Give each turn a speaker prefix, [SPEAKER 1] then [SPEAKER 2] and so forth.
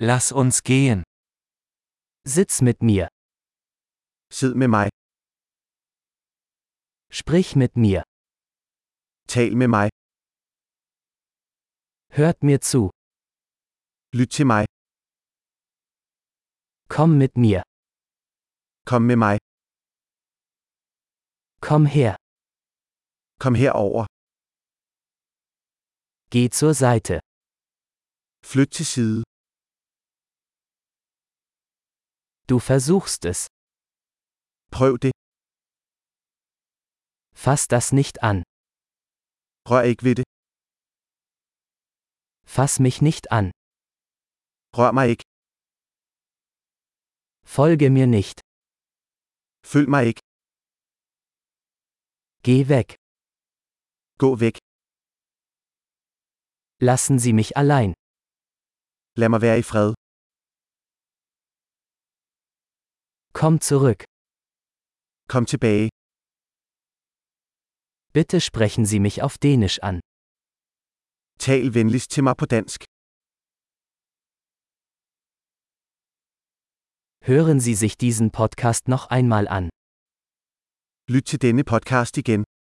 [SPEAKER 1] Lass uns gehen.
[SPEAKER 2] Sitz mit mir.
[SPEAKER 3] Sid med mig.
[SPEAKER 2] Sprich mit mir.
[SPEAKER 3] Tal med mig.
[SPEAKER 2] Hört mir zu.
[SPEAKER 3] Lyt til mig.
[SPEAKER 2] Komm mit mir.
[SPEAKER 3] Kom med mig.
[SPEAKER 2] Komm her.
[SPEAKER 3] Kom herover.
[SPEAKER 2] Geh zur Seite.
[SPEAKER 3] Flyt til side.
[SPEAKER 2] Du versuchst es.
[SPEAKER 3] Prøv det.
[SPEAKER 2] Fass das nicht an.
[SPEAKER 3] Rør ikke ved det.
[SPEAKER 2] Fass mich nicht an.
[SPEAKER 3] Rør mig ikke.
[SPEAKER 2] Folge mir nicht.
[SPEAKER 3] Følg mig ikke.
[SPEAKER 2] Geh weg.
[SPEAKER 3] Gå væk.
[SPEAKER 2] Lassen Sie mich allein.
[SPEAKER 3] Lad mig være i fred.
[SPEAKER 2] Komm zurück.
[SPEAKER 3] Kom tilbage.
[SPEAKER 2] Bitte sprechen Sie mich auf Dänisch an.
[SPEAKER 3] Tal venligst til mig på dansk.
[SPEAKER 2] Hören Sie sich diesen Podcast noch einmal an.
[SPEAKER 3] Lyt til denne podcast igen.